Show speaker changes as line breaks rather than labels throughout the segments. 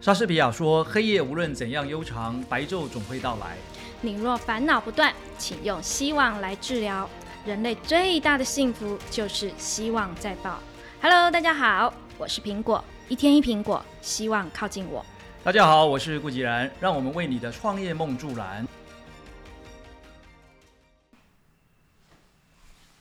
莎士比亚说：“黑夜无论怎样悠长，白昼总会到来。
你若烦恼不断，请用希望来治疗。人类最大的幸福就是希望在爆。Hello，大家好，我是苹果，一天一苹果，希望靠近我。”
大家好，我是顾吉然，让我们为你的创业梦助燃。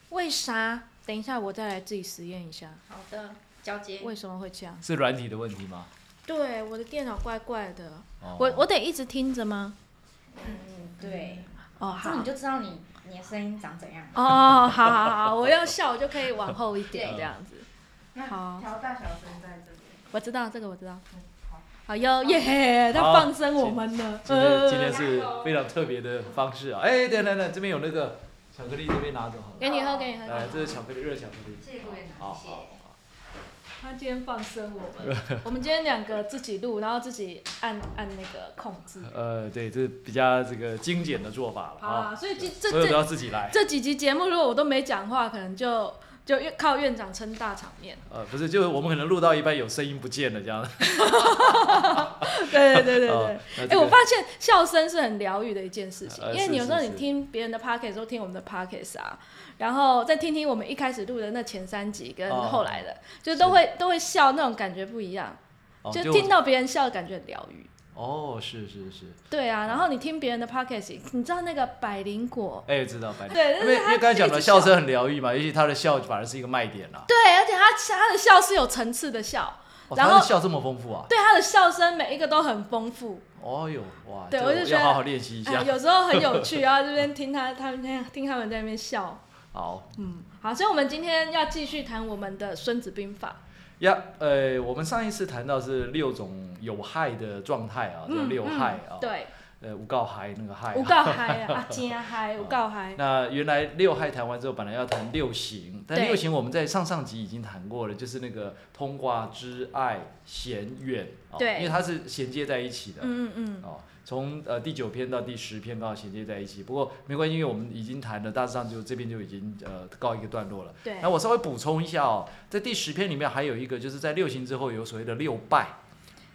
为啥？等一下我再来自己实验一下，
好的，交接。
为什么会这样？
是软体的问题吗？
对，我的电脑怪怪的，
哦
我我得一直听着吗？
嗯，对，
哦，好
这样你，就知道你你的声音长怎样。
哦，好好好，我要笑就可以往后一点这样子。好
调大小声在这里。
我知道这个，我知道
嗯好。
好哟，耶！他
好
放生我们了。
今天今
呃
天是非常特别的方式啊！哎，等等等，这边有那个巧克力，这边拿走好了。
给你喝，给你喝。给
来，
你喝
呃这是巧克力，热巧克力。
谢谢各位
好
长，谢
好
谢。。
他今天放生我们， 我们今天两个自己录，然后自己按按那个控制。
呃，对，这是比较这个精简的做法了
好
啊，
啦，所以这这
所有都
这
要自己来。
这几集节目，如果我都没讲话，可能就就越靠院长撑大场面。
呃，不是，就是我们可能录到一半有声音不见了这样。
对对对对对
哦。那
哎、
这个
我发现笑声是很疗愈的一件事情，
呃
因为
是
你有时候
是
你
是
听别人的 podcast 都听我们的 podcast 啊，然后再听听我们一开始录的那前三集跟
哦
后来的，就是都会都会笑，那种感觉不一样，
哦
就
就
听到别人笑，感觉很疗愈。
哦，是是是，
对啊，然后你听别人的 podcast，你知道那个百灵果，
哎，知道，白
对但是
因为因
他
为刚才讲
一
的
直
笑
笑
声很疗愈嘛，也许他的笑反而是一个卖点啦。
对，而且他他的笑是有层次的笑，
哦
然
他
后
的笑这么丰富啊！
对他的笑声每一个都很丰富，
哦哟，哇，
对
这
我
个
就觉
要
得
好好练习一
哎
下。
有时候很有趣，然后这边听他他们听他们在那边笑。
好，
嗯，好，所以我们今天要继续谈我们的《孙子兵法
呀，呃，我们上一次谈到是六种有害的状态啊，》叫
嗯。
六害啊，
嗯，对，
呃，无告嗨那个害、
五
啊。
告嗨啊，啊，真嗨，五告 嗨，
那原来六害谈完之后，本来要谈六行，但
对
六行我们在上上集已经谈过了，就是那个通卦、知爱、贤远，哦，
对
因为它是衔接在一起的，
嗯嗯
哦，从呃第九篇到第十篇刚好衔接在一起。不过没关系，因为我们已经谈了，大致上就这边就已经呃告一个段落了
嗯，。对
那，我稍微补充一下哦，在第十篇里面还有一个，就是在六行之后有所谓的六败，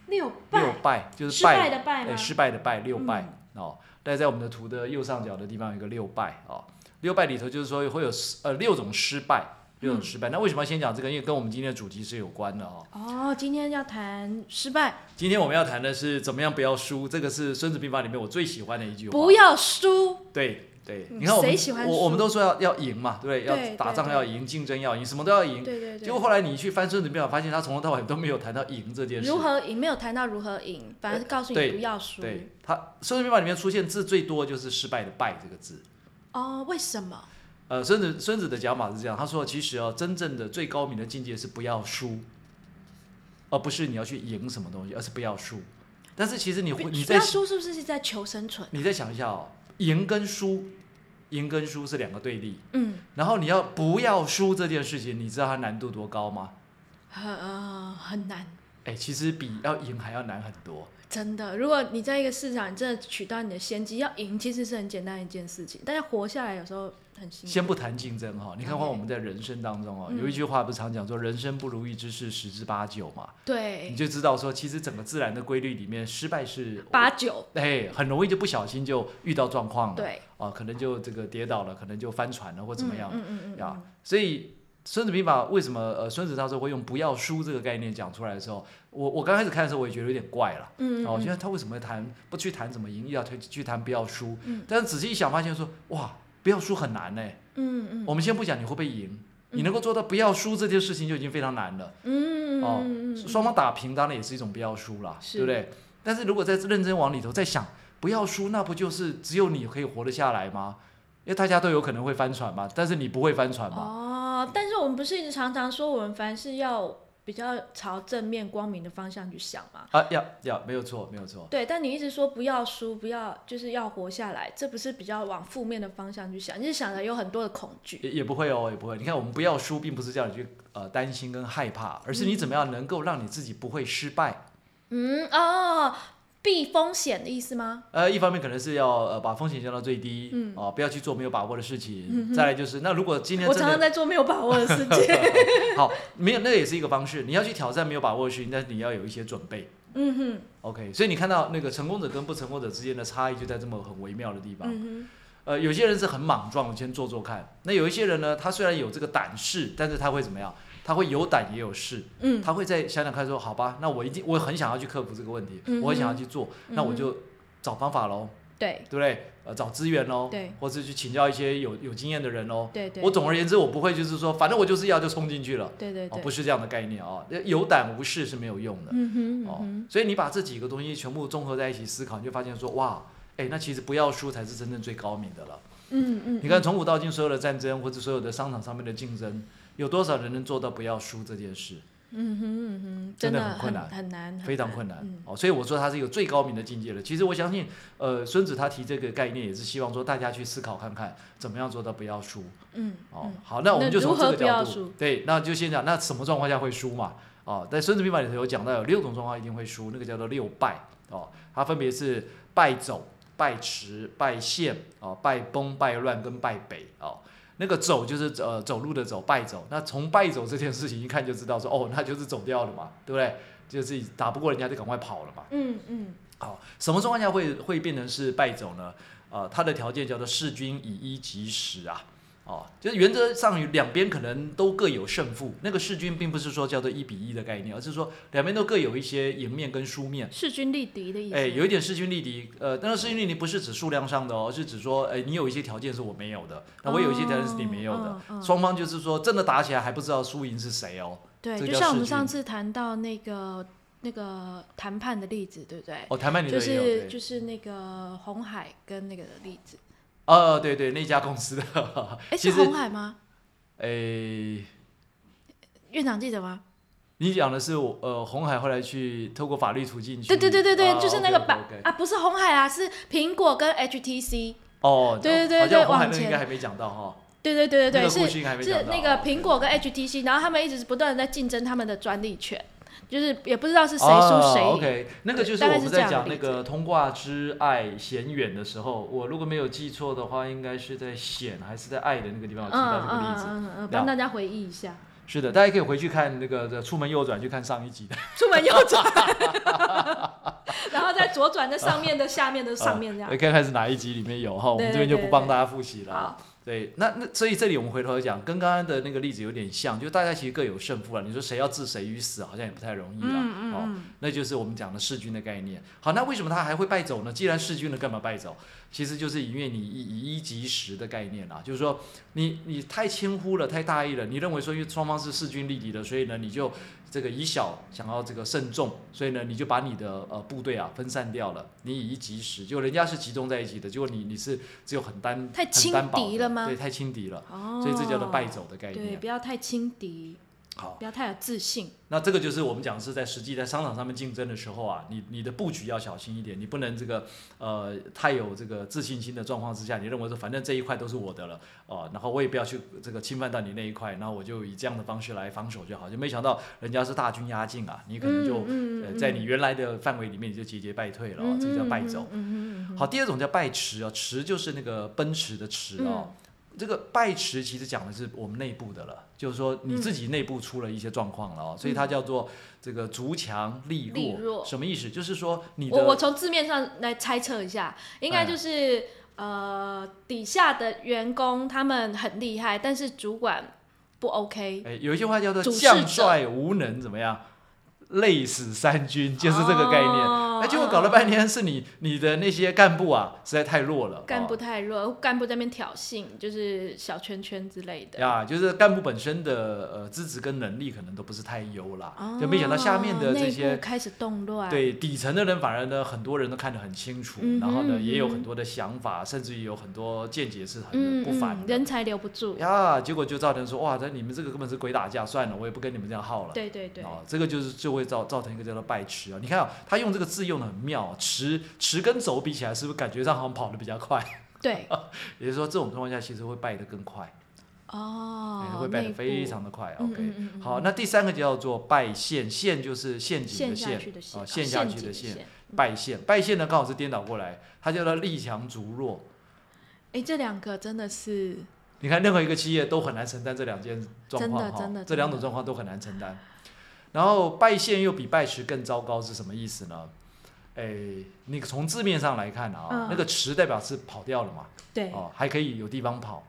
六
六
拜，
败就是
失败
败，
的败
哎，
吗？
失败的败，六败
嗯
哦。但在我们的图的右上角的地方有一个六败哦，六败里头就是说会有十呃六种失败，六种失
嗯
败。那为什么要先讲这个？因为跟我们今天的主题是有关的哦。
哦，今天要谈失败，
今天我们要谈的是怎么样不要输，这个是《孙子兵法》里面我最喜欢的一句话。
不要输，
对对，
嗯
你看我
谁
们
喜欢
我我们
输
都说要要赢嘛，对不
对
对？要打
对
仗
对
要赢，竞争要赢，什么都要赢。
对对
结果
对。
后来你去翻《孙子兵法》，发现他从头到尾都没有谈到赢这件事。
如何赢？没有谈到如何赢，反而是告诉你
对
不要输。
对他，《孙子兵法》里面出现字最多就是“失败”的“败”这个字。
哦，为什么？
呃，孙子孙子的讲法是这样，他说其实哦，真正的最高明的境界是不要输，而不是你要去赢什么东西，而是不要输。但是其实你
不
会你
不
在
要输是不是是在求生存？
你再想一下哦，赢跟输，赢跟输是两个对立。
嗯，
然后你要不要输这件事情，你知道它难度多高吗？
很呃很难。
哎，其实比要赢还要难很多。
真的，如果你在一个市场，你真的取到你的先机，要赢其实是很简单的一件事情，但是活下来有时候很辛苦。
先不谈竞争哈、你看
OK
看我们在人生当中哦，
嗯
有一句话不是常讲说“人生不如意之事十之八九”嘛，你
对，
就知道说其实整个自然的规律里面，失败是
八九，
哎很容易就不小心就遇到状况了，
对，
啊，可能就这个跌倒了，可能就翻船了或怎么样
嗯嗯嗯
呀、
嗯
所以。孙子兵法为什么呃，孙子他说会用“不要输”这个概念讲出来的时候，我我刚开始看的时候，我也觉得有点怪了。
嗯，嗯
哦，我觉得他为什么谈不去谈怎么赢，要去去谈不要输？
嗯
但是仔细一想，发现说哇，不要输很难呢、
嗯嗯
我们先不讲你会不会赢，你
嗯
能够做到不要输这件事情就已经非常难了。
嗯
哦
嗯嗯
双方打平当然也是一种不要输啦，
是
对不对？但是如果在认真往里头再想，不要输，那不就是只有你可以活得下来吗？因为大家都有可能会翻船嘛，但是你不会翻船嘛？
哦，但是我们不是一直常常说，我们凡事要比较朝正面光明的方向去想嘛？
啊，要要，没有错，没有错。
对，但你一直说不要输，不要就是要活下来，这不是比较往负面的方向去想？你是想的有很多的恐惧，
也也不会哦，也不会。你看，我们不要输，并不是叫你去呃担心跟害怕，而是你怎么样能够让你自己不会失败。
嗯哦，避风险的意思吗？
呃，一方面可能是要呃把风险降到最低，
嗯
哦，不要去做没有把握的事情。再来就是，那如果今天
我
真
常常
的
在做没有把握 的事情。
好，没有，那也是一个方式。你要去挑战没有把握的事情，但是你要有一些准备。
嗯哼，
OK，所以你看到那个成功者跟不成功者之间的差异就在这么很微妙的地方。
嗯
呃，有些人是很莽撞，我先做做看。那有一些人呢，他虽然有这个胆识，但是他会怎么样？他会有胆也有势，
哼，嗯，
他会再想想看说，好吧，那我一定，我很想要去克服这个问题，
嗯哼
我很想要去做，那我
嗯哼
就找方法喽，
对
对不对？呃，找资源喽，
对，
或是去请教一些有有经验的人喽。
对对，
我总而言之，我不会就是说，反正我就是要就冲进去了，
对对
哦，
对，
不是这样的概念哦，有胆无势是没有用的。
嗯哼，嗯
哦
哼，，
所以你把这几个东西全部综合在一起思考，你就发现说，哇，哎，那其实不要输才是真正最高明的了。
嗯嗯，
你看，从古到今所有的战争或者所有的商场上面的竞争，有多少人能做到不要输这件事？
嗯哼嗯哼，
真的
的
很困难
很难，
非常困难、
嗯
哦。所以我说它是一个最高明的境界了。其实我相信，呃，孙子他提这个概念也是希望说大家去思考看看，怎么样做到不要输。
嗯，
哦，
嗯
好，那我们就从这
那
个
如何不要
角
输
度，对，那就先讲那什么状况下会输嘛？哦，在《孙子兵法》里头有讲到有六种状况一定会输，那个叫做六败哦，它分别是败走、败驰、败陷、哦、败崩、败乱跟败北哦。那个走就是呃走路的走，败走。那从败走这件事情一看就知道说哦，那就是走掉了嘛，对不对？就是打不过人家就赶快跑了嘛。
嗯嗯
好，什么状况下会会变成是败走呢？呃，它的条件叫做势均以一及十啊。哦，就是原则上有两边可能都各有胜负，那个势均并不是说叫做一比一的概念，而是说两边都各有一些赢面跟输面。
嗯势均力敌的意思，
哎，有一点势均力敌，呃，但是势均力敌不是指数量上的哦，是指说，哎，你有一些条件是我没有的，那我有一些条件是你没有的，
哦，嗯嗯
双方就是说真的打起来还不知道输赢是谁哦。
对，
这
就
叫
像我
势
们
均
上次谈到那个那个谈判的例子，对不对？
哦，谈判你
就
的也有
是
对
就是那个红海跟那个的例子，
呃，对对，那家公司的，
哎，
其
是
实
红海吗？
哎。
院长记得吗？
你讲的是我呃，红海后来去透过法律途径去，
对对对对对，
啊
就是那个
OK，OK，OK
版啊，不是红海啊，是苹果跟 HTC。
哦，
对对对
好像
对
红海那
往
个
前
应该还没讲到哈，
对对对对
那
对，
个故事
是
应该还没讲
是
到哦
那个苹果跟 HTC，然后他们一直是不断的在竞争他们的专利权，就是也不知道是谁输谁
哦
赢。
？OK，那个就是
大概
我
是
们
这
在
样的
讲
例
那
子
个通卦之爱嫌远的时候，我如果没有记错的话，应该是在显还是在爱的那个地方有
嗯
提到这
嗯
个例
嗯
子。
嗯嗯，
那
帮大家回忆一下，
是的，大家可以回去看那个《出门右转》去看上一集的。
出门右转， 然后再左转在上面的、下面的、上面这 样
呃。看看是哪一集里面有哈，我们
对
这边
对
就不
对
帮
对
大家复习了啊。
好，
对，那那所以这里我们回头讲，跟刚刚的那个例子有点像，就大家其实各有胜负了。啊你说谁要置谁于死，好像也不太容易了。
嗯
哦，那就是我们讲的势均的概念。好，那为什么他还会败走呢？既然势均了，干嘛败走？其实就是因为你以以一敌十的概念啊，就是说你你太轻忽了，太大意了。你认为说因为双方是势均力敌的，所以呢你就这个以小想要这个慎重，所以呢你就把你的呃部队啊分散掉了，你以一敌十，就人家是集中在一起的，结果你你是只有很单
太
很
轻
单薄
敌
的
了吗
对，太轻敌了，
哦
所以这叫做败。走的概
对，
念。
不要太轻敌，
好，
不要太有自信。
那这个就是我们讲是在实际在商场上面竞争的时候啊，你你的布局要小心一点，你不能这个呃太有这个自信心的状况之下，你认为说反正这一块都是我的了哦、然后我也不要去这个侵犯到你那一块，然后我就以这样的方式来防守就好，就没想到人家是大军压境啊，你可能就、
嗯嗯
呃
嗯
在你原来的范围里面你就节节败退了、哦，这个叫败走。
嗯嗯嗯
好，第二种叫败驰啊，驰就是那个奔驰的驰
嗯
哦。这个败驰其实讲的是我们内部的了，就是说你自己内部出了一些状况了哦，所以它叫做这个足强力弱。
力嗯弱
什么意思？就是说你的
我我从字面上来猜测一下，应该
嗯
就是、呃底下的员工他们很厉害，但是主管不 OK，
哎，有一句话叫做
主事
将
者
帅无能怎么样？累死三军就是这个概念，
哦
哎，结果搞了半天是你你的那些干部啊，实在太弱了，
干部
哦
太弱，干部在那边挑衅，就是小圈圈之类的。
呀，就是干部本身的呃资质跟能力可能都不是太优啦，就没想到下面的
哦
这
内
些
部开始动乱，，
对底层的人，反而呢，很多人都看得很清楚，
嗯哼
然后呢，
嗯
也有
哼
很多的想法，甚至于有很多见解是很
嗯
不凡
嗯，
的。哎
人才留不住，
呀，结果就造成说，哇，那你们这个根本是鬼打架，算了，我也不跟你们这样耗了。
对对对，
哦，这个就是就会造造成一个叫做败驰啊。你看、啊，他用这个字用的很妙啊，驰驰跟走比起来，是不是感觉上好像跑得比较快？ 哎
对，
也就是说，这种状况下其实会败得更快，
哦
哎，会败得
内部
非常的快。
嗯
OK，、
嗯嗯嗯
好，那第三个叫做败陷，陷就是陷阱
陷
的
下
陷
去的，陷
啊，
啊
陷下去的陷。败线，败线呢刚好是颠倒过来，它叫做力强逐弱。
哎，这两个真的是
你看，任何一个企业都很难承担这两件状
真的
况
真的
哈，这
真
两种
的
状况都很难承担。然后败线又比败迟更糟糕是什么意思呢？哎，那个从字面上来看啊，
嗯
那个迟代表是跑掉了嘛，
对，
哦，还可以有地方跑。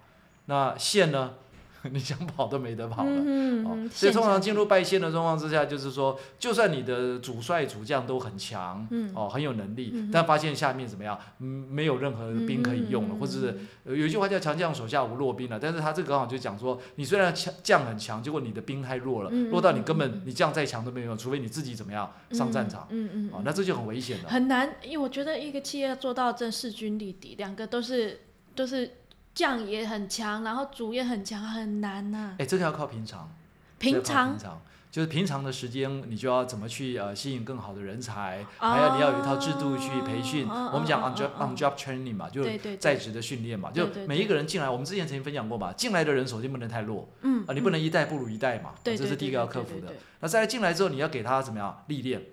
那线呢， 你想跑都没得跑了。
嗯
哦
嗯，
所以通常
现
进入败线的状况之下，就是说，就算你的主帅主将都很强，
嗯
哦，很有能力，
嗯哼
但发现下面怎么样，嗯，没有任何兵可以用了，
嗯
或者是呃有一句话叫“强将手下无弱兵”了，但是他这个刚好就讲说，你虽然强将很强，结果你的兵太弱了，
嗯嗯
弱到你
嗯
根本你将再强都没有用，除非你自己怎么样上战场，
嗯嗯嗯
哦，那这就很危险了。
很难，因为我觉得一个企业要做到真势均力敌，两个都是都是将也很强，然后主也很强，很难呐、
哎，这个要靠平常。这
平
个靠
常
平常就是平常的时间，你就要怎么去呃吸引更好的人才，还要你要有一套制度去培训。
哦哦哦
我们讲
哦
on job、
哦
on job training 嘛，就
对
是
对对
在职的训练嘛，
对
就
对对
每一个人进来，我们之前曾经分享过嘛，进来的人首先不能太弱
嗯
啊、你不能一代不如一代嘛，啊
对，
这是第一个要克服的。
对。对对对
那再来进来之后，你要给他怎么样历练？
嗯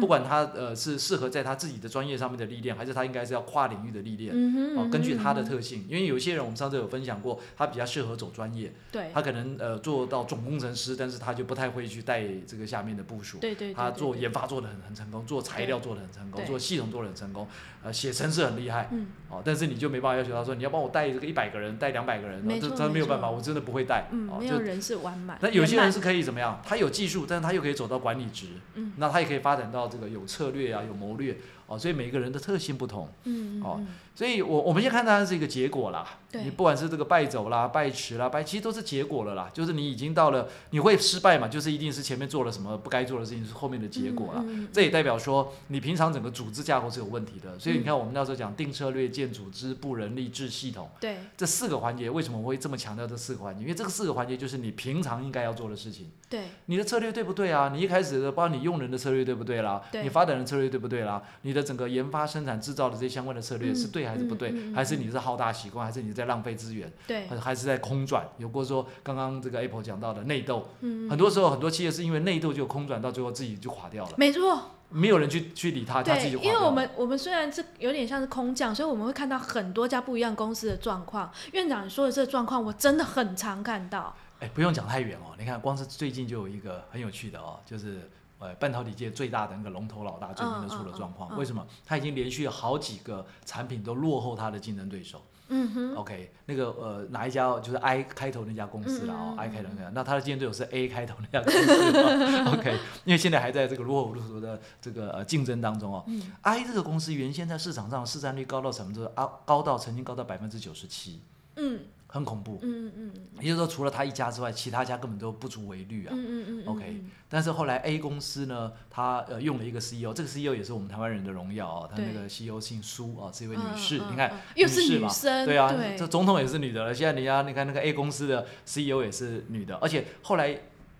不管他呃是适合在他自己的专业上面的历练，还是他应该是要跨领域的历练。
嗯哼，
哦，根据他的
嗯哼
特性，因为有一些人我们上次有分享过，他比较适合走专业，
对
他可能呃做到总工程师，但是他就不太会去带这个下面的部署。
对对对，
他
对
做
对
研发做的很很成功，做材料做的很成功，
对
做系统做的很成功，呃，写程式很厉害，
嗯，
哦，但是你就没办法要求他说你要帮我带这个一百个人，带两百个人，
没
哦这
错
他
没
没有办法，
错
我真的不会带，
嗯，
哦，
没有
就
人是完满。
那有些人
啊圆满
是可以怎么样？他有技术，但是他又可以走到管理职，
嗯，
那他也可以发展到这个有策略啊，有谋略，哦，所以每个人的特性不同。
嗯嗯
哦
嗯
所以我我们先看它是一个结果啦，
对
你不管是这个败走啦、败迟啦、败，其实都是结果了啦，就是你已经到了，你会失败嘛，就是一定是前面做了什么不该做的事情，是后面的结果啦。
嗯嗯嗯
这也代表说，你平常整个组织架构是有问题的，所以
嗯
你看，我们那时候讲定策略、建组织、布人力、制系统
对
这四个环节，为什么我会这么强调这四个环节？因为这个四个环节就是你平常应该要做的事情。
对
你的策略对不对啊？你一开始的，包括你用人的策略对不对啦？
对
你发展的策略对不对啦？你的整个研发、生产、制造的这些相关的策略
嗯
是对还是不对？
嗯嗯嗯
还是你是好大喜功，还是你在浪费资源，
对
还，是还是在空转？有过说刚刚这个 Apple 讲到的内斗，
嗯，
很多时候很多企业是因为内斗就空转，到最后自己就垮掉了，
没错，
没有人去去理他，他自
对，
己就垮
因
掉
为
了。
我们我们虽然是有点像是空降，所以我们会看到很多家不一样公司的状况。院长说的这个状况，我真的很常看到。
哎，不用讲太远哦，你看光是最近就有一个很有趣的哦，就是。呃，半导体界最大的那个龙头老大最近就
嗯
出
嗯
了
嗯
状况，
嗯
为什么？它已经连续好几个产品都落后它的竞争对手。
嗯哼，
OK，那个呃，哪一家哦就是 I 开头那家公司啦、哦、i
嗯
开头那家，那它的竞争对手是 A 开头那家公司、哦、，OK，因为现在还在这个如火如荼的这个呃竞争当中哦。I
嗯
这个公司原先在市场上市占率高到什么？就是啊，高到曾经高到百分之九十七，
嗯
很恐怖。
嗯嗯
也就是说，除了他一家之外，其他家根本都不足为虑啊。
嗯嗯嗯
OK，但是后来 A 公司呢，他呃用了一个 CEO，这个 CEO 也是我们台湾人的荣耀哦，他那
对
个 CEO 姓苏哦，是一
一
位女士，你看
又是
士
女
嘛。
生，
对啊，这
对
总统也是女的了。现在你要你看那个 A 公司的 CEO 也是女的，而且后来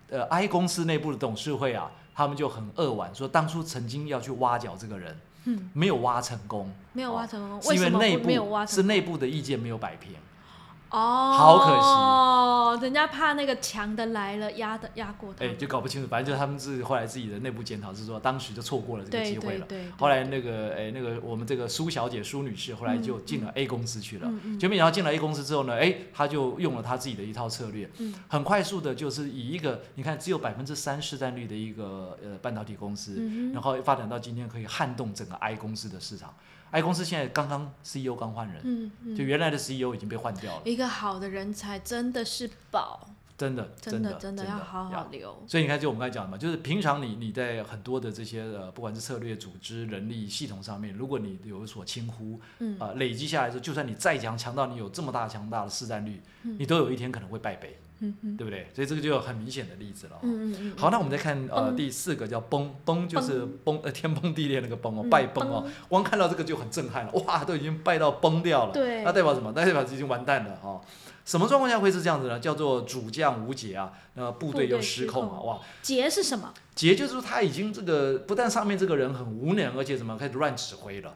呃 I 公司内部的董事会啊，他们就很扼腕，说当初曾经要去挖角这个人，
嗯，
没有挖成功，
没有挖
哦
成功，
是因
什么
内
不没有挖
部
成
是
功？
内部的意见没有摆平。
哦，
好可惜
哦，人家怕那个强的来了，压的压过他
哎，
们，
就搞不清楚，反正就是他们自己后来自己的内部检讨是说，当时就错过了这个
对
机会
对
了。
对，
后来那个哎，那个我们这个苏小姐苏女士后来就
嗯
进了 A 公司去了
嗯，嗯
就没想到进了 A 公司之后呢，哎，她就用了她自己的一套策略，
嗯
很快速的，就是以一个你看只有百分之三市占率的一个呃半导体公司，
嗯哼
然后发展到今天可以撼动整个 I 公司的市场。I 公司现在刚刚 CEO 刚换人，
嗯嗯，
就原来的 CEO 已经被换掉了，
一个好的人才真的是宝，
真的
真
的
真的
的
要好
呀
好留。
所以你看，就我们刚才讲的嘛，就是平常你你在很多的这些呃，不管是策略、组织、人力、系统上面，如果你有所轻忽，
嗯
啊、累积下来之后，就算你再强，强到你有这么大强大的市占率，你都有一天可能会败北，
嗯嗯
对不对？所以这个就有很明显的例子了、哦。
嗯嗯，
好，那我们再看呃
崩
第四个叫崩崩，就是崩呃天崩地裂那个崩哦
嗯，
败崩哦，光看到这个就很震撼了，哇，都已经败到崩掉了，
对
那代表什么？那代表已经完蛋了哦。什么状况下会是这样子呢？叫做主将无节啊，那部队又
部队失
失控啊，
控
哇，
节是什么？
节就是说他已经这个不但上面这个人很无能，而且怎么开始乱指挥了，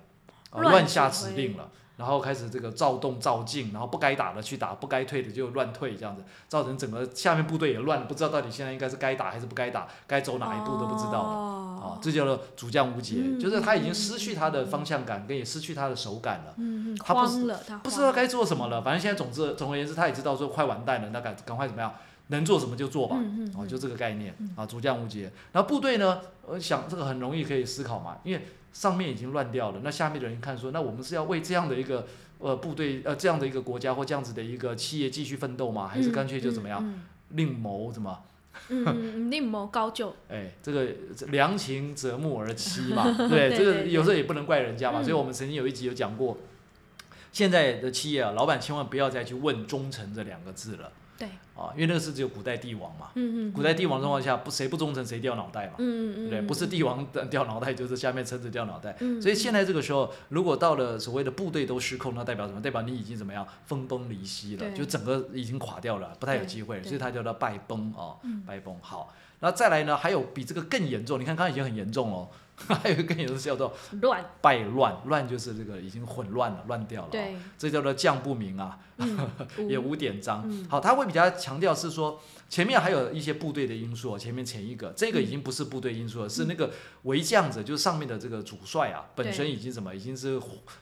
啊
乱
乱下
指
指
挥
令了。然后开始这个躁动躁进，然后不该打的去打，不该退的就乱退，这样子造成整个下面部队也乱，不知道到底现在应该是该打还是不该打，该走哪一步都不知道了。啊
哦，，
这叫做主将无节，
嗯
就是他已经失去他的方向感，跟也失去他的手感了。
嗯嗯，
他不
慌了，他
不知
慌
道
了
该做什么了，反正现在总之总而言之，他也知道说快完蛋了，那赶赶快怎么样，能做什么就做吧，
嗯嗯
哦，
嗯
就这个概念啊，主将无节。然后部队呢，我想这个很容易可以思考嘛，因为上面已经乱掉了，那下面的人看说，那我们是要为这样的一个呃部队呃这样的一个国家或这样子的一个企业继续奋斗吗？还是干脆就怎么样、
嗯
另谋怎么？
嗯嗯嗯嗯，另谋高就，
哎，这个良禽择木而栖 嘛，对，
对
这
对
个
对
有时候也不能怪人家嘛。
嗯
所以我们曾经有一集有讲过，现在的企业啊，老板千万不要再去问忠诚这两个字了
对，
啊，因为那个是只有古代帝王嘛，
嗯嗯，
古代帝王状况下不谁不忠诚谁掉脑袋嘛，
嗯，
对不
嗯嗯
对，
嗯，
不是帝王掉脑袋就是下面撑着掉脑袋。
嗯，
所以现在这个时候，如果到了所谓的部队都失控，那代表什么？代表你已经怎么样分崩离析了，
对
就整个已经垮掉了，不太有
对
机会了，
对
所以它叫做败崩啊、
嗯
败崩。好，那再来呢，还有比这个更严重，你看刚才已经很严重了哦， 还有一个更严重是叫做
乱，
败乱，乱就是这个已经混乱了，乱掉了、哦，
对，
这叫做将不明啊，
嗯，
也无典章。
嗯
好，他会比较强调是说，前面还有一些部队的因素，哦前面前一个
嗯
这个已经不是部队因素了，是那个为将者，就是上面的这个主帅啊，本身已经怎么，已经是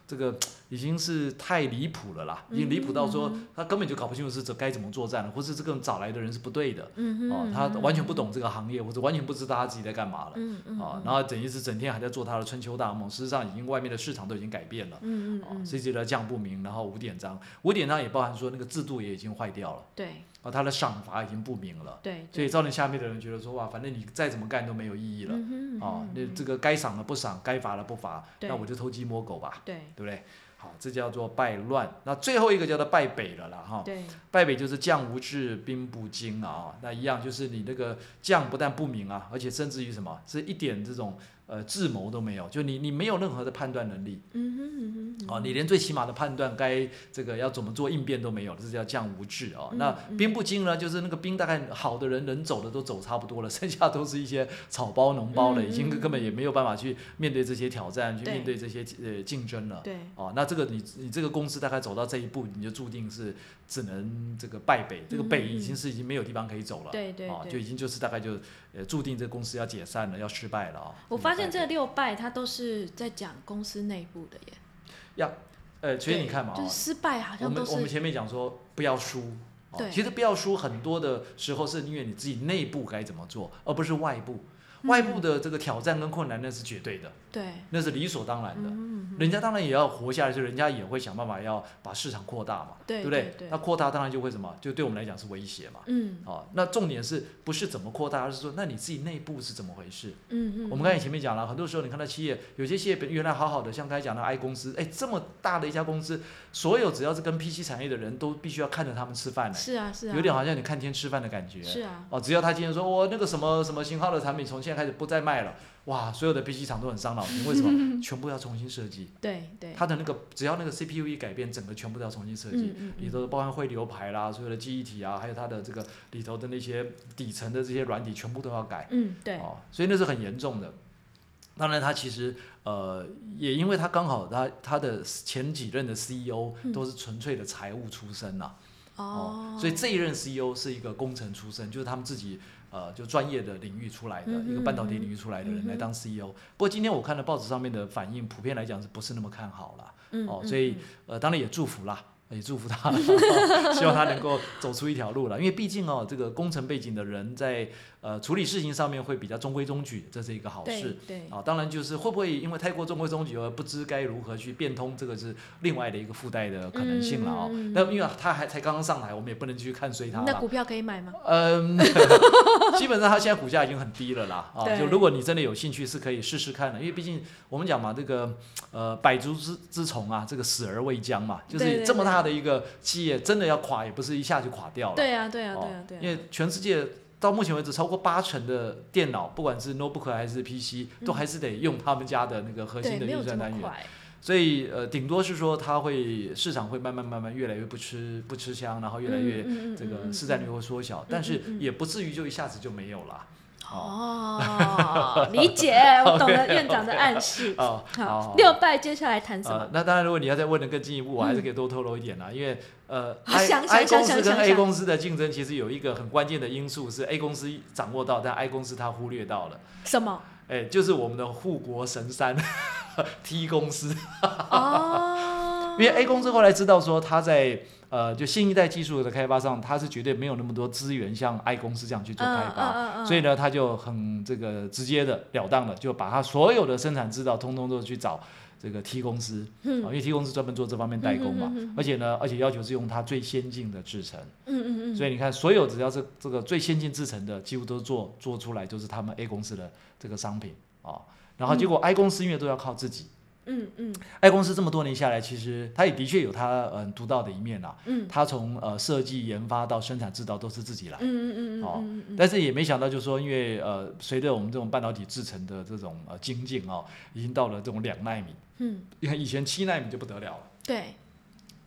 这个已经是太离谱了啦，
嗯
已经离谱到说他根本就搞不清楚是怎该怎么作战了，或是这个找来的人是不对的
嗯哼，
哦，他完全不懂这个行业，或者完全不知道他自己在干嘛了。
嗯嗯，
啊、
嗯
然后等于是整天还在做他的春秋大梦，事实上已经外面的市场都已经改变了，
嗯嗯
啊，
嗯，
所以就叫将不明，然后五典章，五典章也包含说那个制度也已经坏掉了，
对
啊，他的赏罚已经不明了，
对，
所以造成下面的人觉得说哇，反正你再怎么干都没有意义了，
嗯哼
啊，那这个该赏的不赏，该罚的不罚，
对
那我就偷鸡摸狗吧，
对
对不对？好，这叫做败乱。那最后一个叫做败北了啦，哈，
对，
败北就是将无智，兵不精啊，那一样就是你那个将不但不明啊，而且甚至于什么，是一点这种呃智谋都没有，就你你没有任何的判断能力。
嗯哼嗯哼，
哦，你连最起码的判断该这个要怎么做应变都没有，这叫将无智哦。
嗯
那
嗯
兵不精呢，就是那个兵大概好的人能走的都走差不多了，剩下都是一些草包脓包了，
嗯
已经
嗯
根本也没有办法去面对这些挑战，去
对
面对这些呃竞争了。
对，
哦，那这个你你这个公司大概走到这一步，你就注定是只能这个败北，这个
嗯
北
嗯
已经是已经没有地方可以走了。
对对
哦，
对
就已经就是大概就呃注定这公司要解散了，要失败了啊、哦。
我发现
这
这
个败
六败他都是在讲公司内部的耶，
北呃，所以你看嘛，
就
哦
是失败好
我
像
们
都
我们
是
前面讲说不要输。哦
对
其实不要输，很多的时候是因为你自己内部该怎么做，而不是外部。
嗯
外部的这个挑战跟困难那是绝对的，
对，
那是理所当然的。
嗯哼
人家当然也要活下来，所以人家也会想办法要把市场扩大嘛，
对
不
对对
那扩大当然就会什么，就对我们来讲是威胁嘛。
嗯
哦，那重点是不是怎么扩大，而是说那你自己内部是怎么回事？
嗯嗯，
我们刚才前面讲了，很多时候你看到企业，有些企业本原来好好的，像刚才讲的 I 公司，哎，这么大的一家公司，所有只要是跟 PC 产业的人都必须要看着他们吃饭呢，
是啊是啊，
有点好像你看天吃饭的感觉。
是啊，
哦，只要他今天说，我、那个什么什么型号的产品从现在开始不再卖了，哇，所有的 PC 厂都很伤脑筋，为什
嗯
么？全部要重新设 计，
对对，
它的那个只要那个 CPU 一改变，整个全部都要重新设计。
嗯
里头包含汇流排啦，所有的记忆体啊，还有它的这个里头的那些底层的这些软体，全部都要改。
嗯对，
哦，所以那是很严重的。当然，他其实呃，也因为他刚好他他的前几任的 CEO
嗯
都是纯粹的财务出身呐、
哦，
所以这一任 CEO 是一个工程出身，就是他们自己呃就专业的领域出来的、
嗯哼
一个半导体领域出来的
嗯
人
哼
来当 CEO。不过今天我看了报纸上面的反应，普遍来讲是不是那么看好啦？
嗯
哦
嗯
所以
嗯
呃，当然也祝福啦，也祝福他， 希望他能够走出一条路了。因为毕竟哦，这个工程背景的人在呃处理事情上面会比较中规中矩，这是一个好
对
事。
对
啊，当然就是会不会因为太过中规中矩而不知该如何去变通，这个是另外的一个附带的可能性了哦。
嗯嗯嗯嗯
那因为他还才刚刚上来，我们也不能继续看衰他
那
了。
股票可以买吗？
嗯， 基本上它现在股价已经很低了啦啊！
对
就如果你真的有兴趣，是可以试试看的，因为毕竟我们讲嘛，这个呃百足之之虫啊，这个死而未僵嘛，就
对
是
对
这么
对
大的一个企业，真的要垮也不是一下就垮掉了。
对啊对啊
哦
对啊对啊，
因为全世界到目前为止，超过八成的电脑，不管是 notebook 还是 PC，都还是得用他们家的那个核心
嗯对
的
没有
运
这
算
么
单元。
快，
所以呃，顶多是说它会市场会慢慢慢慢越来越不吃不吃香，然后越来越
嗯嗯嗯
这个
嗯
市占率会缩小，但是
嗯嗯
也不至于就一下子就没有了。哦
哦，理解， 我懂了院长的暗示。
哦，
好
好，
六拜接下来谈什
呃
么？，嗯
那当然，如果你要再问的更进一步，我还是可以多透露一点啦，因为呃
好
，I
想
I
想
公司
想
跟
想
A
想
公司的竞争其实有一个很关键的因素是 A 公司掌握到，但 I 公司它忽略到了，
什么？
哎，就是我们的护国神山 T 公司，
嗯哦，
因为 A 公司后来知道说它在呃就新一代技术的开发上，它是绝对没有那么多资源像 I 公司这样去做开
嗯
发，
嗯嗯，
所以呢，他就很这个直接的了当的，就把他所有的生产制造通通都去找这个 T 公司，
嗯
啊因为 T 公司专门做这方面代工嘛，
嗯嗯嗯嗯
而且呢，而且要求是用它最先进的制成，
嗯嗯嗯，
所以你看，所有只要是这个最先进制成的，几乎都做做出来，就是他们
嗯
A 公司的这个商品啊、然后结果 I 公司因为都要靠自己、
嗯嗯
i 公司这么多年下来，其实它也的确有它嗯独到的一面啦。
嗯
它从呃设计、研发到生产制造都是自己来
嗯。嗯嗯嗯嗯，
但是也没想到，就是说，因为呃，随着我们这种半导体制成的这种呃精进哦，已经到了这种两纳米。
嗯
你看以前七纳米就不得了了，
对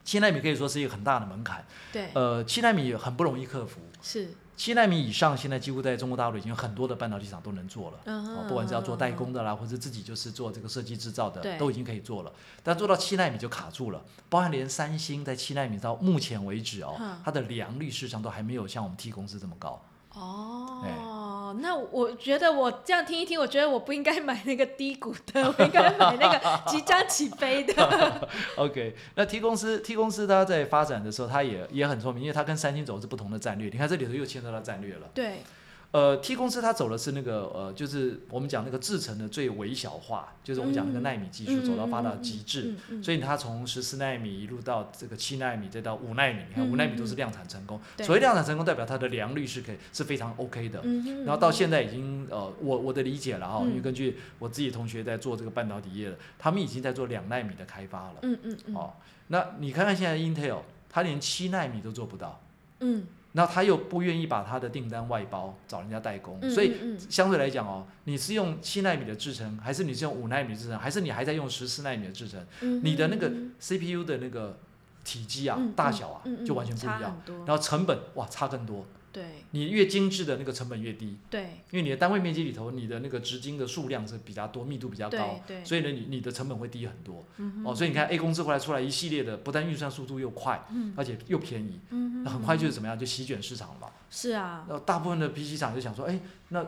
七纳米可以说是一个很大的门槛。
对
呃，七纳米很不容易克服，
是，
七纳米以上，现在几乎在中国大陆已经有很多的半导体厂都能做了。哦
嗯，
不管是要做代工的啦，或者自己就是做这个设计制造的
对，
都已经可以做了。但做到七纳米就卡住了，包含连三星在七纳米到目前为止哦
嗯，
它的良率市场都还没有像我们 T 公司这么高。
哦，那我觉得我这样听一听，我觉得我不应该买那个低谷的，我应该买那个即将起飞的。
OK，那 T 公司 T 公司它在发展的时候，它也也很聪明，因为它跟三星走的是不同的战略。你看这里头又牵扯到战略了。
对，
呃，T 公司它走的是那个呃，就是我们讲那个制程的最微小化，就是我们讲那个纳米技术走到发达极致。
嗯嗯
所以它从十四纳米一路到这个七纳米，再到五纳米，你看
嗯
五纳米
嗯
都是量产成功。
对
所谓量产成功，代表它的良率是可以是非常 OK 的。
嗯，
然后到现在已经呃，我我的理解了哈，
嗯
因为根据我自己同学在做这个半导体业的，他们已经在做两纳米的开发了。
嗯嗯嗯
哦，那你看看现在的 Intel，它连七纳米都做不到，
嗯，
那它又不愿意把它的订单外包，找人家代工，所以
嗯
相对来讲哦，你是用七纳米的制程，还是你是用五纳米的制程，还是你还在用十四纳米的制程你的那个 CPU 的那个体积啊、
嗯
大小啊、
嗯
就完全不一样，。然
样。
后成本哇差更多，
对
你越精致的那个成本越低，
对
因为你的单位面积里头，你的那个直径的数量是比较多，密度比较高
对，对，
所以呢，你你的成本会低很多。
嗯
哦，所以你看 A 公司后来出来一系列的，不但运算速度又快，
嗯
而且又便宜，那很快就是怎么样，就席卷市场了嘛。
是啊，
那大部分的 PC 厂就想说，哎，那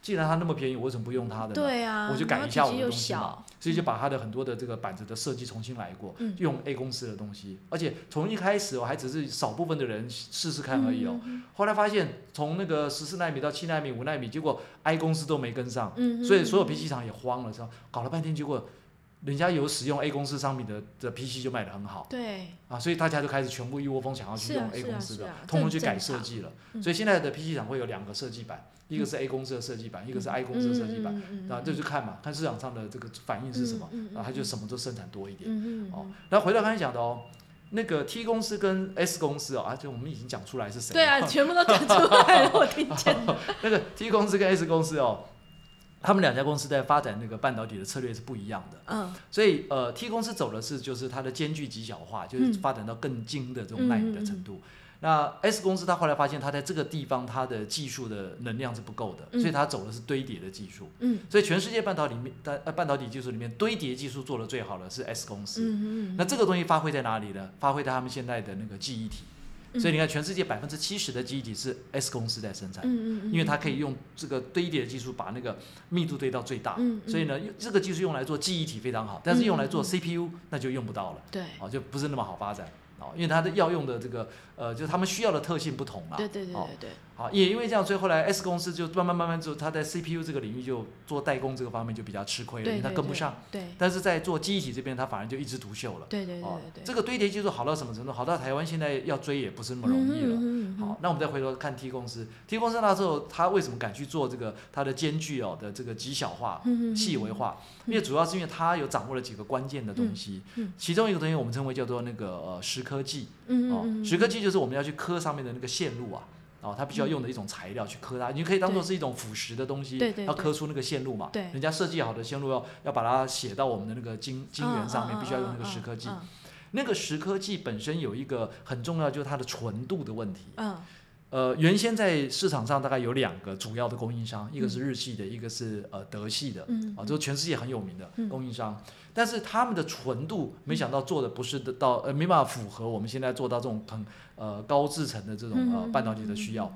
既然它那么便宜，我为什么不用它的呢？
对啊，
我就改
然后
一下
体
我
积
的
又
东西嘛
小，，
所以就把它的很多的这个板子的设计重新来过，
嗯
用 A 公司的东西，而且从一开始我、哦还只是少部分的人试试看而已
嗯
哦，后来发现从那个十四纳米到七纳米、五纳米，结果 I 公司都没跟上，
嗯，
所以所有 PC 厂也慌了，说搞了半天，结果人家有使用 A 公司商品的的 PC 就卖得很好
嗯对
啊，所以大家就开始全部一窝蜂想要去
是啊
用 A
是啊
公司的，
是啊
通通去
这很
改
正
设
常
计了。
嗯
所以现在的 PC 厂会有两个设计版，一个是 A 公司的设计版，一个是 I 公司的设计版。
嗯
啊，这就看嘛，看市场上的这个反应是什么，啊，它就什么都生产多一点。
嗯嗯
哦，那回到刚才讲的哦，那个 T 公司跟 S 公司哦，而、且我们已经讲出来是谁了。
对啊，全部都讲出来了，我听见。
那个 T 公司跟 S 公司哦，他们两家公司在发展那个半导体的策略是不一样的。
嗯
所以呃，T 公司走的是就是它的间距极小化，就是
嗯
发展到更精的这种纳米的程度。那 S 公司它后来发现，它在这个地方它的技术的能量是不够的，
嗯
所以它走的是堆叠的技术。
嗯
所以全世界半导体面半呃半导体技术里面，堆叠技术做的最好的是 S 公司。
嗯嗯，
那这个东西发挥在哪里呢？发挥在他们现在的那个记忆体。
嗯
所以你看，全世界百分之七十的记忆体是 S 公司在生产的。
嗯嗯，
因为它可以用这个堆叠的技术把那个密度堆到最大，
嗯嗯嗯
所以呢，用这个技术用来做记忆体非常好，但是用来做 CPU 那就用不到了，
对
啊，就不是那么好发展啊，因为它的要用的这个呃，就是他们需要的特性不同啦，
对对对对对，
好，也因为这样，所以后来 S 公司就慢慢慢慢就它在 CPU 这个领域就做代工这个方面就比较吃亏了，因
对
为它跟不上，，
对
但是在做记忆体这边，它反而就一枝独秀了，
对对
哦
对对，
这个堆叠技术好到什么程度？好到台湾现在要追也不是那么容易了。
嗯
哦好，，那我们再回头看 T 公司，T 公司那时候他为什么敢去做这个它的间距哦的这个极小
嗯
化、细微化？因为主要是因为它有掌握了几个关键的东西
嗯嗯，
其中一个东西我们称为叫做那个呃蚀刻剂哦，
嗯嗯，
蚀刻剂就是我们要去刻上面的那个线路啊。哦，它必须要用的一种材料去刻它，你可以当做是一种腐蚀的东西，
对对
要
对
刻出那个线路嘛。
对
人家设计好的线路要要把它写到我们的那个晶晶圆上
嗯
面，必须要用那个蚀刻剂。那个蚀刻剂本身有一个很重要，就是它的纯度的问题。
嗯
呃，原先在市场上大概有两个主要的供应商，一个是日系的，一个是呃德系的，
嗯
啊，都全世界很有名的
嗯
供应商，但是他们的纯度，没想到做的不是得到呃没办法符合我们现在做到这种很呃高制成的这
嗯
种呃半导体的需要，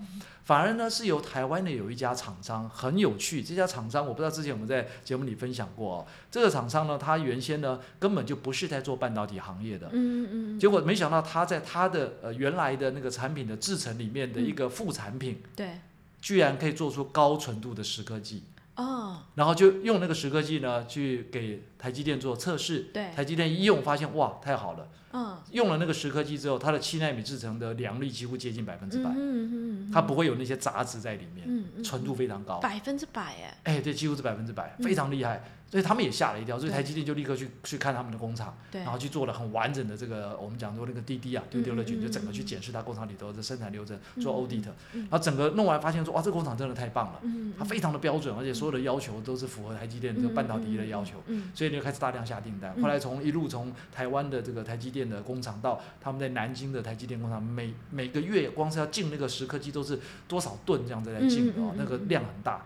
反而呢是由台湾的有一家厂商很有趣，这家厂商我不知道之前我们在节目里分享过、哦，这个厂商呢，它原先呢根本就不是在做半导体行业的，
嗯嗯嗯，
结果没想到他在他的呃原来的那个产品的制成里面的一个副产品，
对，
居然可以做出高纯度的蚀刻剂，
哦，
然后就用那个蚀刻剂呢去给台积电做测试。
对，
台积电一用发现哇太好了，
嗯，
用了那个蚀刻剂之后，它的七纳米制成的良率几乎接近百分之百，
嗯嗯嗯，
它不会有那些杂质在里面，
嗯，嗯
纯度非常高。
百分之百哎，
哎，对，几乎是百分之百，
嗯
非常厉害。所以他们也吓了一跳，所以
对
台积电就立刻去去看他们的工厂，
对
然，后去做了很完整的这个我们讲说那个 DD 啊，丢丢了
嗯
卷，
嗯
就整个去检视它工厂里头的生产流程，
嗯
做 audit，
嗯
然后整个弄完发现说哇，这个工厂真的太棒了，
嗯，
它非常的标准，而且所有的要求都是符合台积电这个半导体的要求。，
嗯
所以你就开始大量下订单，
嗯
后来从一路从台湾的这个台积电的工厂到他们在南京的台积电工厂，每每个月光是要进那个蚀刻机都是多少吨这样子来进的哦，
嗯嗯嗯嗯
那个量很大。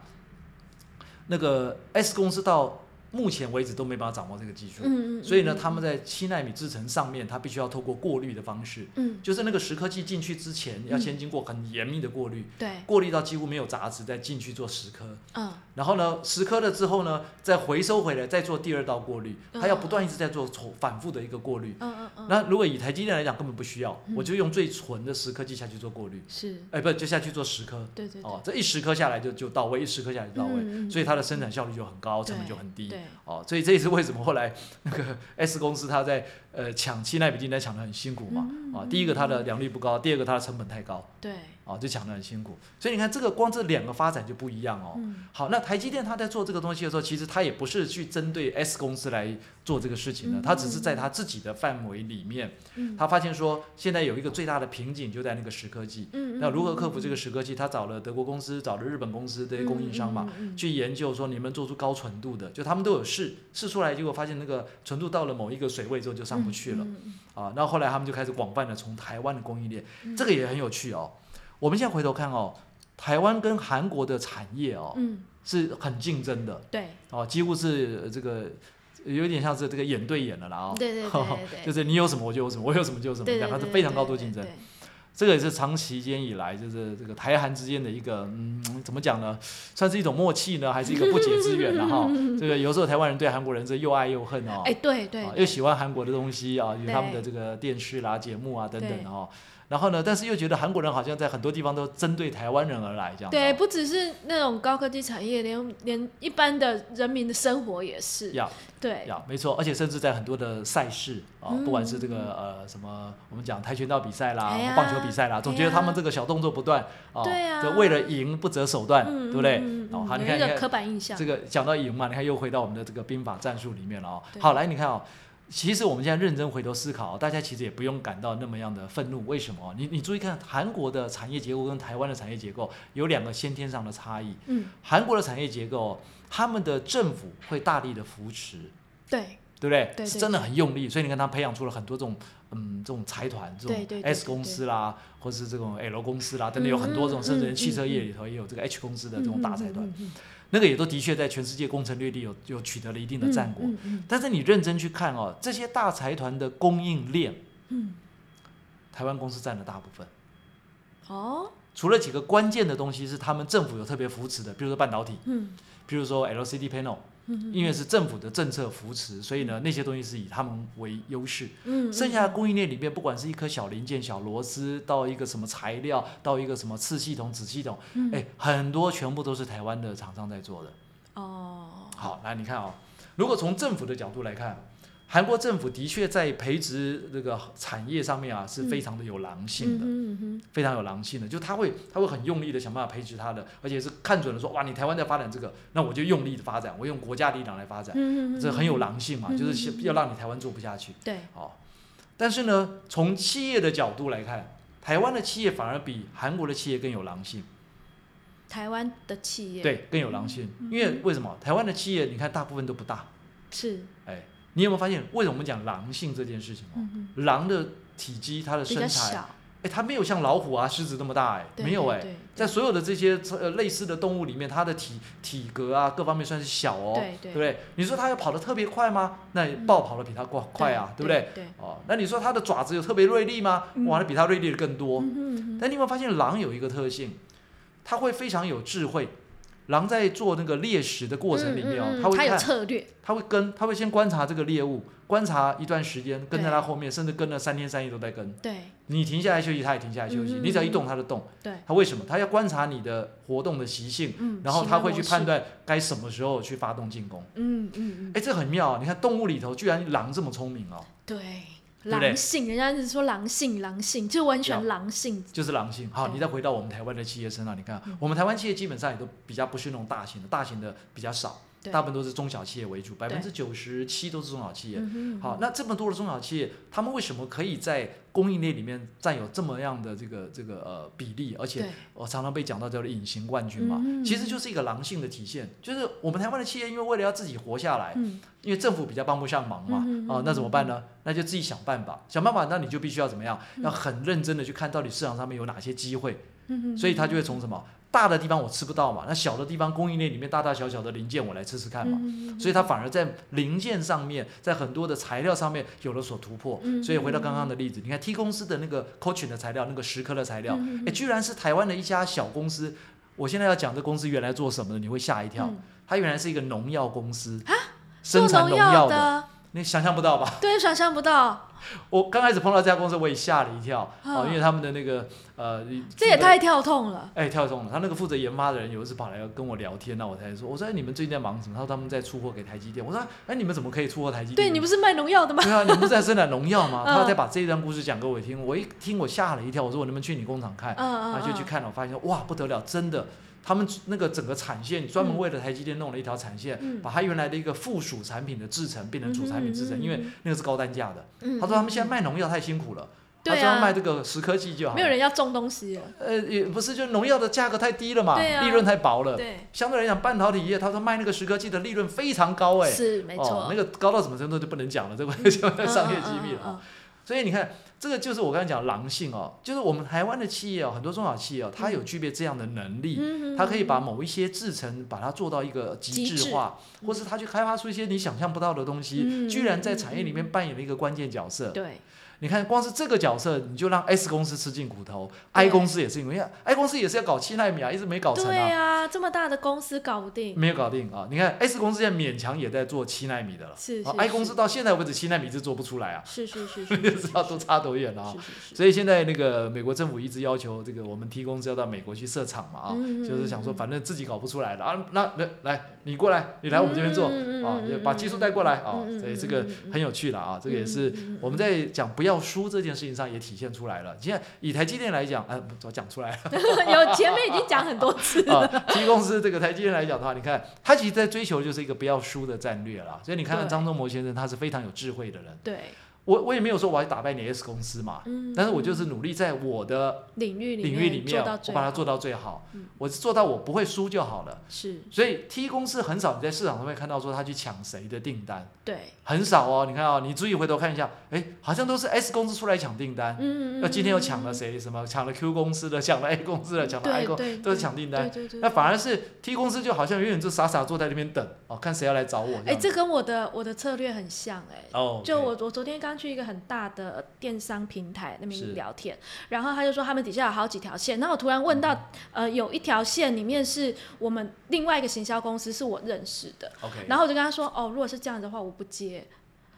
那个 S 公司到目前为止都没办法掌握这个技术，
嗯嗯，
所以呢，他们在七纳米制程上面，它必须要透过过滤的方式，
嗯
就是那个蚀刻剂进去之前，要
嗯
先经过很严密的过滤，
对，
过滤到几乎没有杂质，再进去做蚀刻。
嗯
然后呢，蚀刻了之后呢，再回收回来，再做第二道过滤，
嗯
它要不断一直在做重反复的一个过滤。
嗯嗯嗯，
那如果以台积电来讲，根本不需要
嗯，
我就用最纯的蚀刻剂下去做过滤，
是，
哎，不就下去做蚀刻
对对对
哦，，这一蚀刻下来就就到位，一蚀刻下来就到位，
嗯嗯
欸所以它的生产效率就很高，成本
对
就很低。
对，
哦，所以这也是为什么后来那个 S 公司它在呃抢七纳米订单抢得很辛苦嘛，
嗯
啊，第一个它的良率不高，第二个它的成本太高，
对，
啊，就抢得很辛苦。所以你看这个光这两个发展就不一样哦。
嗯
好，那台积电它在做这个东西的时候，其实它也不是去针对 S 公司来做这个事情的，它只是在它自己的范围里面，
嗯，
它发现说现在有一个最大的瓶颈就在那个蚀刻剂。
嗯，
那如何克服这个蚀刻剂？它找了德国公司，找了日本公司这些供应商嘛，
嗯，
去研究说你们做出高纯度的，就他们都有试试出来，结果发现那个纯度到了某一个水位之后就上不去
嗯
了、啊。那后来他们就开始广泛的从台湾的供应链，
嗯
这个也很有趣哦。我们现在回头看哦，台湾跟韩国的产业哦
嗯，
是很竞争的
对，
哦，几乎是呃这个有点像是这个眼对眼了啦哦。
对对 对
就
对
是你有什么我就有什么，我有什么就有什么，
对，
两个是非常高度竞争。，这个也是长期间以来，就是这个台韩之间的一个，嗯，怎么讲呢？算是一种默契呢，还是一个不解之缘了 哈？这个有时候台湾人对韩国人是又爱又恨哦，
哎，对对
啊，又喜欢韩国的东西啊，有
对
他们的这个电视啦、节目啊等等
对
哦。然后呢，但是又觉得韩国人好像在很多地方都针对台湾人而来这样子哦。
对，不只是那种高科技产业，连连一般的人民的生活也是。
呀
对，
呀，没错，而且甚至在很多的赛事啊，
嗯
不管是这个呃什么，我们讲跆拳道比赛啦、
哎呀哎
棒球比赛啦，总觉得他们这个小动作不断啊，
对啊
这为了赢不择手段，
嗯，
对不对？
嗯嗯
哦，好，
嗯
你
有
看，你
一个
看
刻板印象
这。个讲到赢嘛，你看又回到我们的这个兵法战术里面了哦。
对
好，来你看哦，其实我们现在认真回头思考，啊大家其实也不用感到那么样的愤怒。为什么？啊你你注意看，韩国的产业结构跟台湾的产业结构有两个先天上的差异。
嗯，
韩国的产业结构，他们的政府会大力的扶持，
对，
对不对？
对
是
对
真的很用力，所以你看他培养出了很多这种嗯这种财团，这
对
种
对对
S
对
公
对
司啦，或是这种 L 公司啦，等等，
嗯
有很多这种，甚至
嗯
连汽车业
嗯嗯
里头也有这个 H 公司的这种大财团。
嗯，嗯嗯嗯
那个也都的确在全世界攻城略地有有取得了一定的战果。
嗯嗯
但是你认真去看哦，这些大财团的供应链，
嗯，
台湾公司占了大部分，
哦，
除了几个关键的东西是他们政府有特别扶持的，比如说半导体，
嗯
比如说 LCD panel，
嗯
因为是政府的政策扶持，所以呢那些东西是以他们为优势。
嗯，
剩下的供应链里面，不管是一颗小零件、小螺丝，到一个什么材料，到一个什么次系统、子系统，
嗯
哎，很多全部都是台湾的厂商在做的。
哦，
好，来你看哦，如果从政府的角度来看，韩国政府的确在培植这个产业上面啊是非常的有狼性的，
嗯嗯
非常有狼性的，就他会他会很用力的想办法培植它的，而且是看准了说，哇，你台湾在发展这个，那我就用力的发展，我用国家力量来发展，
嗯嗯，
这很有狼性嘛，
嗯
就是先要让你台湾做不下去。
对，
好，但是呢，从企业的角度来看，台湾的企业反而比韩国的企业更有狼性。
台湾的企业
对，更有狼性，
嗯
因为为什么？台湾的企业你看大部分都不大，
是
哎，你有没有发现，为什么我们讲狼性这件事情哦？
嗯嗯
狼的体积，它的
比
身
较
材，
小，
哎，它没有像老虎啊、狮子那么大，哎，
对
没有，哎，
对
在所有的这些呃类似的动物里面，它的体体格啊各方面算是小哦，
对
对
对
不对？你说它要跑得特别快吗？那
嗯
豹跑得比它快快啊，对不对？？
对，
哦，那你说它的爪子有特别锐利吗？哇，那比它锐利的更多。
嗯哼嗯哼
但你有没有发现狼有一个特性，它会非常有智慧。狼在做那个猎食的过程里面哦，
嗯嗯嗯
它会
它有
看，
策略，
它会跟，它会先观察这个猎物，观察一段时间，跟在
对
它后面，甚至跟了三天三夜都在跟。
对
你停下来休息，它也停下来休息。
嗯嗯
你只要一动，它就动。
对，
它为什么？它要观察你的活动的习性，
嗯，
然后
行
它
为
会
模
去
式
判，断该什么时候去发动进攻。
嗯嗯嗯，
哎，这很妙、啊！你看动物里头，居然狼这么聪明哦，
对，
对不对
狼性，人家一直说狼性，狼性，就我很喜欢
要
狼性，
就是狼性。好，
对
你再回到我们台湾的企业身上，你看啊
嗯，
我们台湾企业基本上也都比较不是那种大型的，大型的比较少，
对
大部分都是中小企业为主，百
对
分之九十七都是中小企业。
嗯哼
好，，那这么多的中小企业，他们为什么可以在供应链里面占有这么样的这个这个呃比例？而且
对
我常常被讲到叫做隐形冠军嘛，
嗯
其实就是一个狼性的体现。就是我们台湾的企业，因为为了要自己活下来，
嗯，
因为政府比较帮不上忙嘛，啊、
嗯嗯嗯
那怎么办呢？那就自己想办法，想办法，那你就必须要怎么样？
嗯
要很认真的去看到底市场上面有哪些机会，
嗯哼
所以他就会从什么大的地方我吃不到嘛，那小的地方供应链里面大大小小的零件我来吃吃看嘛，
嗯
所以它反而在零件上面，在很多的材料上面有了所突破。
嗯
所以回到刚刚的例子，你看 T 公司的那个 Coachin 的材料，那个石刻的材料，哎、
嗯嗯嗯
居然是台湾的一家小公司。我现在要讲这公司原来做什么的，你会吓一跳。
嗯
它原来是一个农药公司
啊做
生产
农
药的，
的，
你想象不到吧？
对，想象不到，
我刚开始碰到这家公司，我也吓了一跳哦，
嗯
因为他们的那个呃，
这也
负责
太跳痛了，
哎，跳动了。他那个负责研发的人有一次跑来要跟我聊天，那我才说，我说、哎、你们最近在忙什么？他说他们在出货给台积电。我说哎，你们怎么可以出货台积电？
对你不是卖农药的吗？
对 啊，你们不是在生产农药吗？
嗯
他再把这一段故事讲给我听，我一听我吓了一跳，我说我能不能去你工厂看？
嗯
然后就去，看了，我发现哇不得了，真的，他们那个整个产线专门
嗯
为了台积电弄了一条产线，
嗯
把它原来的一个附属产品的制成变成主产品制成，
嗯哼嗯哼
因为
嗯
那个是高单价的。
嗯
他说他们现在卖农药太辛苦了，他
对
专门
啊
卖这个十颗剂就好了。
没有人要种东西了，
呃，也不是，就农药的价格太低了嘛，
对啊
利润太薄了。
对，
相对来讲，半导体业他说卖那个十颗剂的利润非常高哎、
是没
哦
错，，
那个高到什么程度就不能讲了，这个 就
嗯
商业
嗯
机密
嗯
了。
嗯
所以你看，这个就是我刚才讲狼性哦，就是我们台湾的企业哦，很多中小企业哦，它有具备这样的能力，
嗯嗯嗯
它可以把某一些制成把它做到一个极致化，或是它去开发出一些你想象不到的东西，
嗯
居然在产业里面扮演了一个关键角色。
对
你看，光是这个角色，你就让 S 公司吃尽苦头
对
，I 公司也是因为 I 公司也是要搞七纳米啊，一直没搞成
对
啊，
啊，这么大的公司搞不定，
没有搞定啊。你看 S 公司现在勉强也在做七纳米的了，
是
啊
是
，I
是
公司到现在为止七纳米是做不出来啊，
是是是
你就
是，
知道都差多远了啊
是。是是，
所以现在那个美国政府一直要求这个我们 T 公司要到美国去设厂嘛啊，
嗯嗯
就是想说反正自己搞不出来了啊，那那来你过来，你来我们这边做、
嗯嗯嗯
啊
嗯，
也
嗯
把技术带过来啊，
嗯嗯
所以
嗯
这个
嗯嗯
很有趣了啊，这个也是
嗯嗯嗯嗯
我们在讲不要输这件事情上也体现出来了。现在以台积电来讲，哎、不我讲出来了
有前面已经讲很多次了，
啊，T 公司这个台积电来讲的话，你看它其实在追求的就是一个不要输的战略啦。所以你看看
对
张忠谋先生，他是非常有智慧的人。
对，
我我也没有说我要打败你 S 公司嘛，
嗯
但是我就是努力在我的
领域
领域里
做
面，
到
我
最
把它
好
做到最好
嗯，
我做到我不会输就好了。
是
所以 T 公司很少你在市场上面看到说他去抢谁的订单，
对，
很少哦。你看哦，你注意回头看一下，哎，好像都是 S 公司出来抢订单，
嗯
那今天又抢了谁什么，抢了 Q 公司的，抢了 A 公司的，抢了 I
对
公，
对
都是抢订单
对对对，
那反
而
而是 T 公司就好像永远就傻傻坐在那边等哦，看谁要来找我。
哎，
样子
这跟我的我的策略很像哎。
哦，
就
OK
我，我昨天刚去一个很大的电商平台那
是
边聊天，然后他就说他们底下有好几条线，然后我突然问到，
嗯
呃，有一条线里面是我们另外一个行销公司是我认识的，
OK，
然后我就跟他说，哦，如果是这样的话，我不接，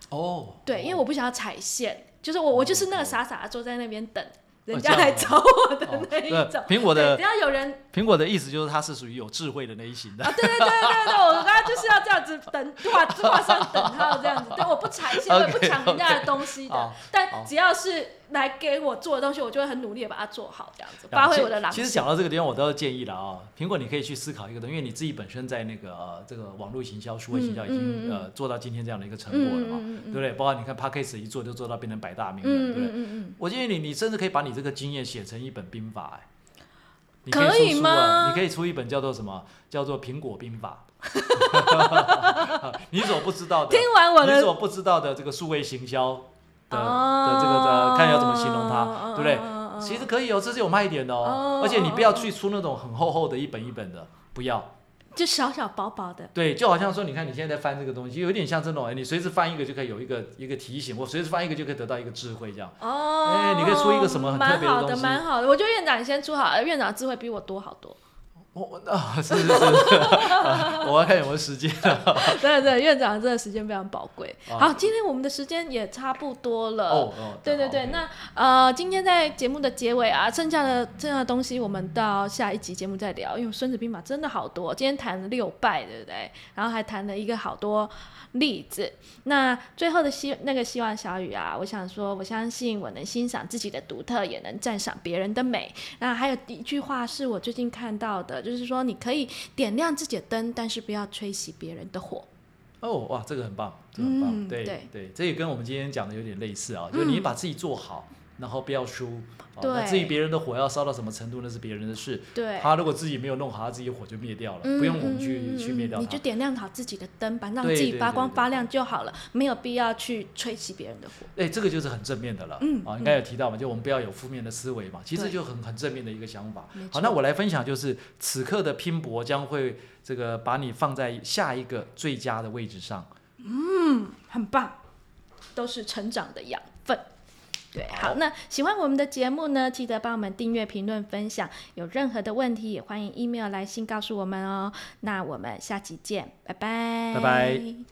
哦，
对，因为我不想要踩线，就是我我就是那个傻傻的坐在那边等人
这
家
样哦
来找我的
哦
那
对
一种，
苹果
对，
的
只要有人
苹果的意思就是它是属于有智慧的那一型的。
啊，对对对对对，我刚刚就是要这样子等画画上等号这样子，对，我不踩线，我也不
OK，OK
抢人家的东西
好
的，
好
但只要是来给我做的东西，我就会很努力的把它做好，这样子
对啊
发挥
其
我的狼
其实
性。
讲到这个地方，我倒是建议了啊、苹果你可以去思考一个东西，因为你自己本身在那个、呃、这个网络行销、数位行销已经、
嗯嗯嗯
呃做到今天这样的一个成果了嘛，
嗯嗯
对不对？包括你看 p a c k a g e 一做就做到变成百大名人，
嗯
对不对？
嗯
我建议你，你甚至可以把你这个经验写成一本兵法、哎，你
可
以
以
出书啊，
吗
你可以出一本叫做什么？叫做《苹果兵 法》， 你所不知道的，
嗯，听完我
你
的
所不知道的这个数位行销的、
哦嗯
的这个的，看要怎么形容它，对不对？其实可以哦，这是有卖点的哦
哦，
而且你不要去出那种很厚厚的一本一本
嗯
的，不要。
就小小薄薄的，
对，就好像说，你看你现在在翻这个东西，有点像这种，哎，你随时翻一个就可以有一个一个提醒，我随时翻一个就可以得到一个智慧，这样。
哦，
哎你可以出一个什么很特
蛮
别的
好
东
的，
西
蛮好的。我觉得院长你先出好呃了，院长智慧比我多好 多。
我我啊， 是是是，啊我要看有没有时间了。
对对，院长真的时间非常宝贵。
啊
好，今天我们的时间也差不多了。
哦哦，
对对
好
对，
，OK
那呃，今天在节目的结尾啊，剩下的剩下的东西我们到下一集节目再聊，因为《孙子兵法》真的好多，今天谈了六拜，对不对？然后还谈了一个好多例子。那最后的希那个希望小雨啊，我想说，我相信我能欣赏自己的独特，也能赞赏别人的美。那还有一句话是我最近看到的，就是说你可以点亮自己的灯，但是不要吹熄别人的火。
哦，哇，这个很棒，这个很棒，
嗯
对
对嗯
这也跟我们今天讲的有点类似啊，就是你把自己做好，然后不要输。啊
对
那至于别人的火要烧到什么程度，那是别人的事。
对，
他如果自己没有弄好，他自己火就灭掉了，
嗯
不用我们
嗯
去、
嗯嗯
去灭
嗯
掉
你
它
就。点亮好自己的灯吧，让
对
自己
对
发
对
光
对
发
对
亮就好了，没有必要去吹熄别人的火。
哎，这个就是很正面的了。
嗯
啊，应该有提到嘛，就我们不要有负面的思维嘛，其实
对
就很很正面的一个想法
没。
好，
错
那我来分享就是此刻的拼搏将会这个把你放在下一个最佳的位置上。
很棒，都是成长的养分。对，好，那喜欢我们的节目呢，记得帮我们订阅、评论、分享。有任何的问题，也欢迎 email 来信告诉我们哦。那我们下期见，拜拜，
拜拜。